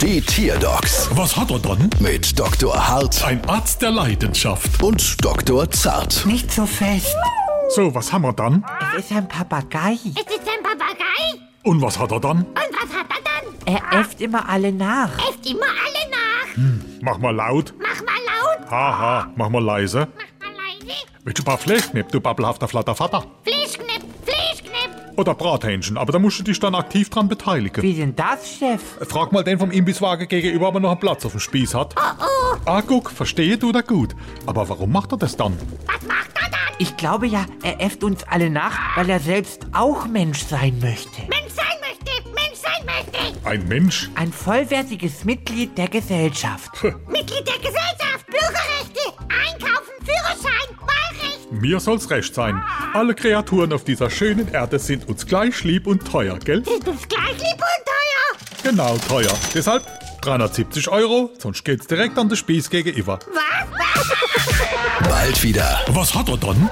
Die Tierdocs Was hat er dann? mit Dr. Hart Ein Arzt der Leidenschaft. und Dr. Zart. Nicht so fest. So, was haben wir dann? Es ist ein Papagei. Es ist ein Papagei. Und was hat er dann? Und was hat er dann? Er äfft immer alle nach. Äfft immer alle nach. Mach mal laut. Mach mal laut. Haha, mach mal leise. Mach mal leise. Willst du ein paar Fleischknepp, du babbelhafter Flattervater? Fleischknepp, Fleischknepp. Oder Brathähnchen, aber da musst du dich dann aktiv dran beteiligen. Wie denn das, Chef? Frag mal den vom Imbisswagen gegenüber, ob er noch einen Platz auf dem Spieß hat. Oh oh. Ah, guck, verstehe du da gut. Aber warum macht er das dann? Was macht er dann? Ich glaube ja, er äfft uns alle nach, weil er selbst auch Mensch sein möchte. Mensch sein möchte. Mensch sein möchte. Ein Mensch? Ein vollwertiges Mitglied der Gesellschaft. Mitglied der Gesellschaft. Bürgerrechte. Einkaufen. Führerschein. Wahlrecht. Mir soll's recht sein. Alle Kreaturen auf dieser schönen Erde sind uns gleich lieb und teuer, gell? Sind uns gleich lieb und teuer. Genau, teuer. Deshalb 370 Euro, sonst geht's direkt an den Spieß gegenüber. Was? Was? Bald wieder. Was hat er dann?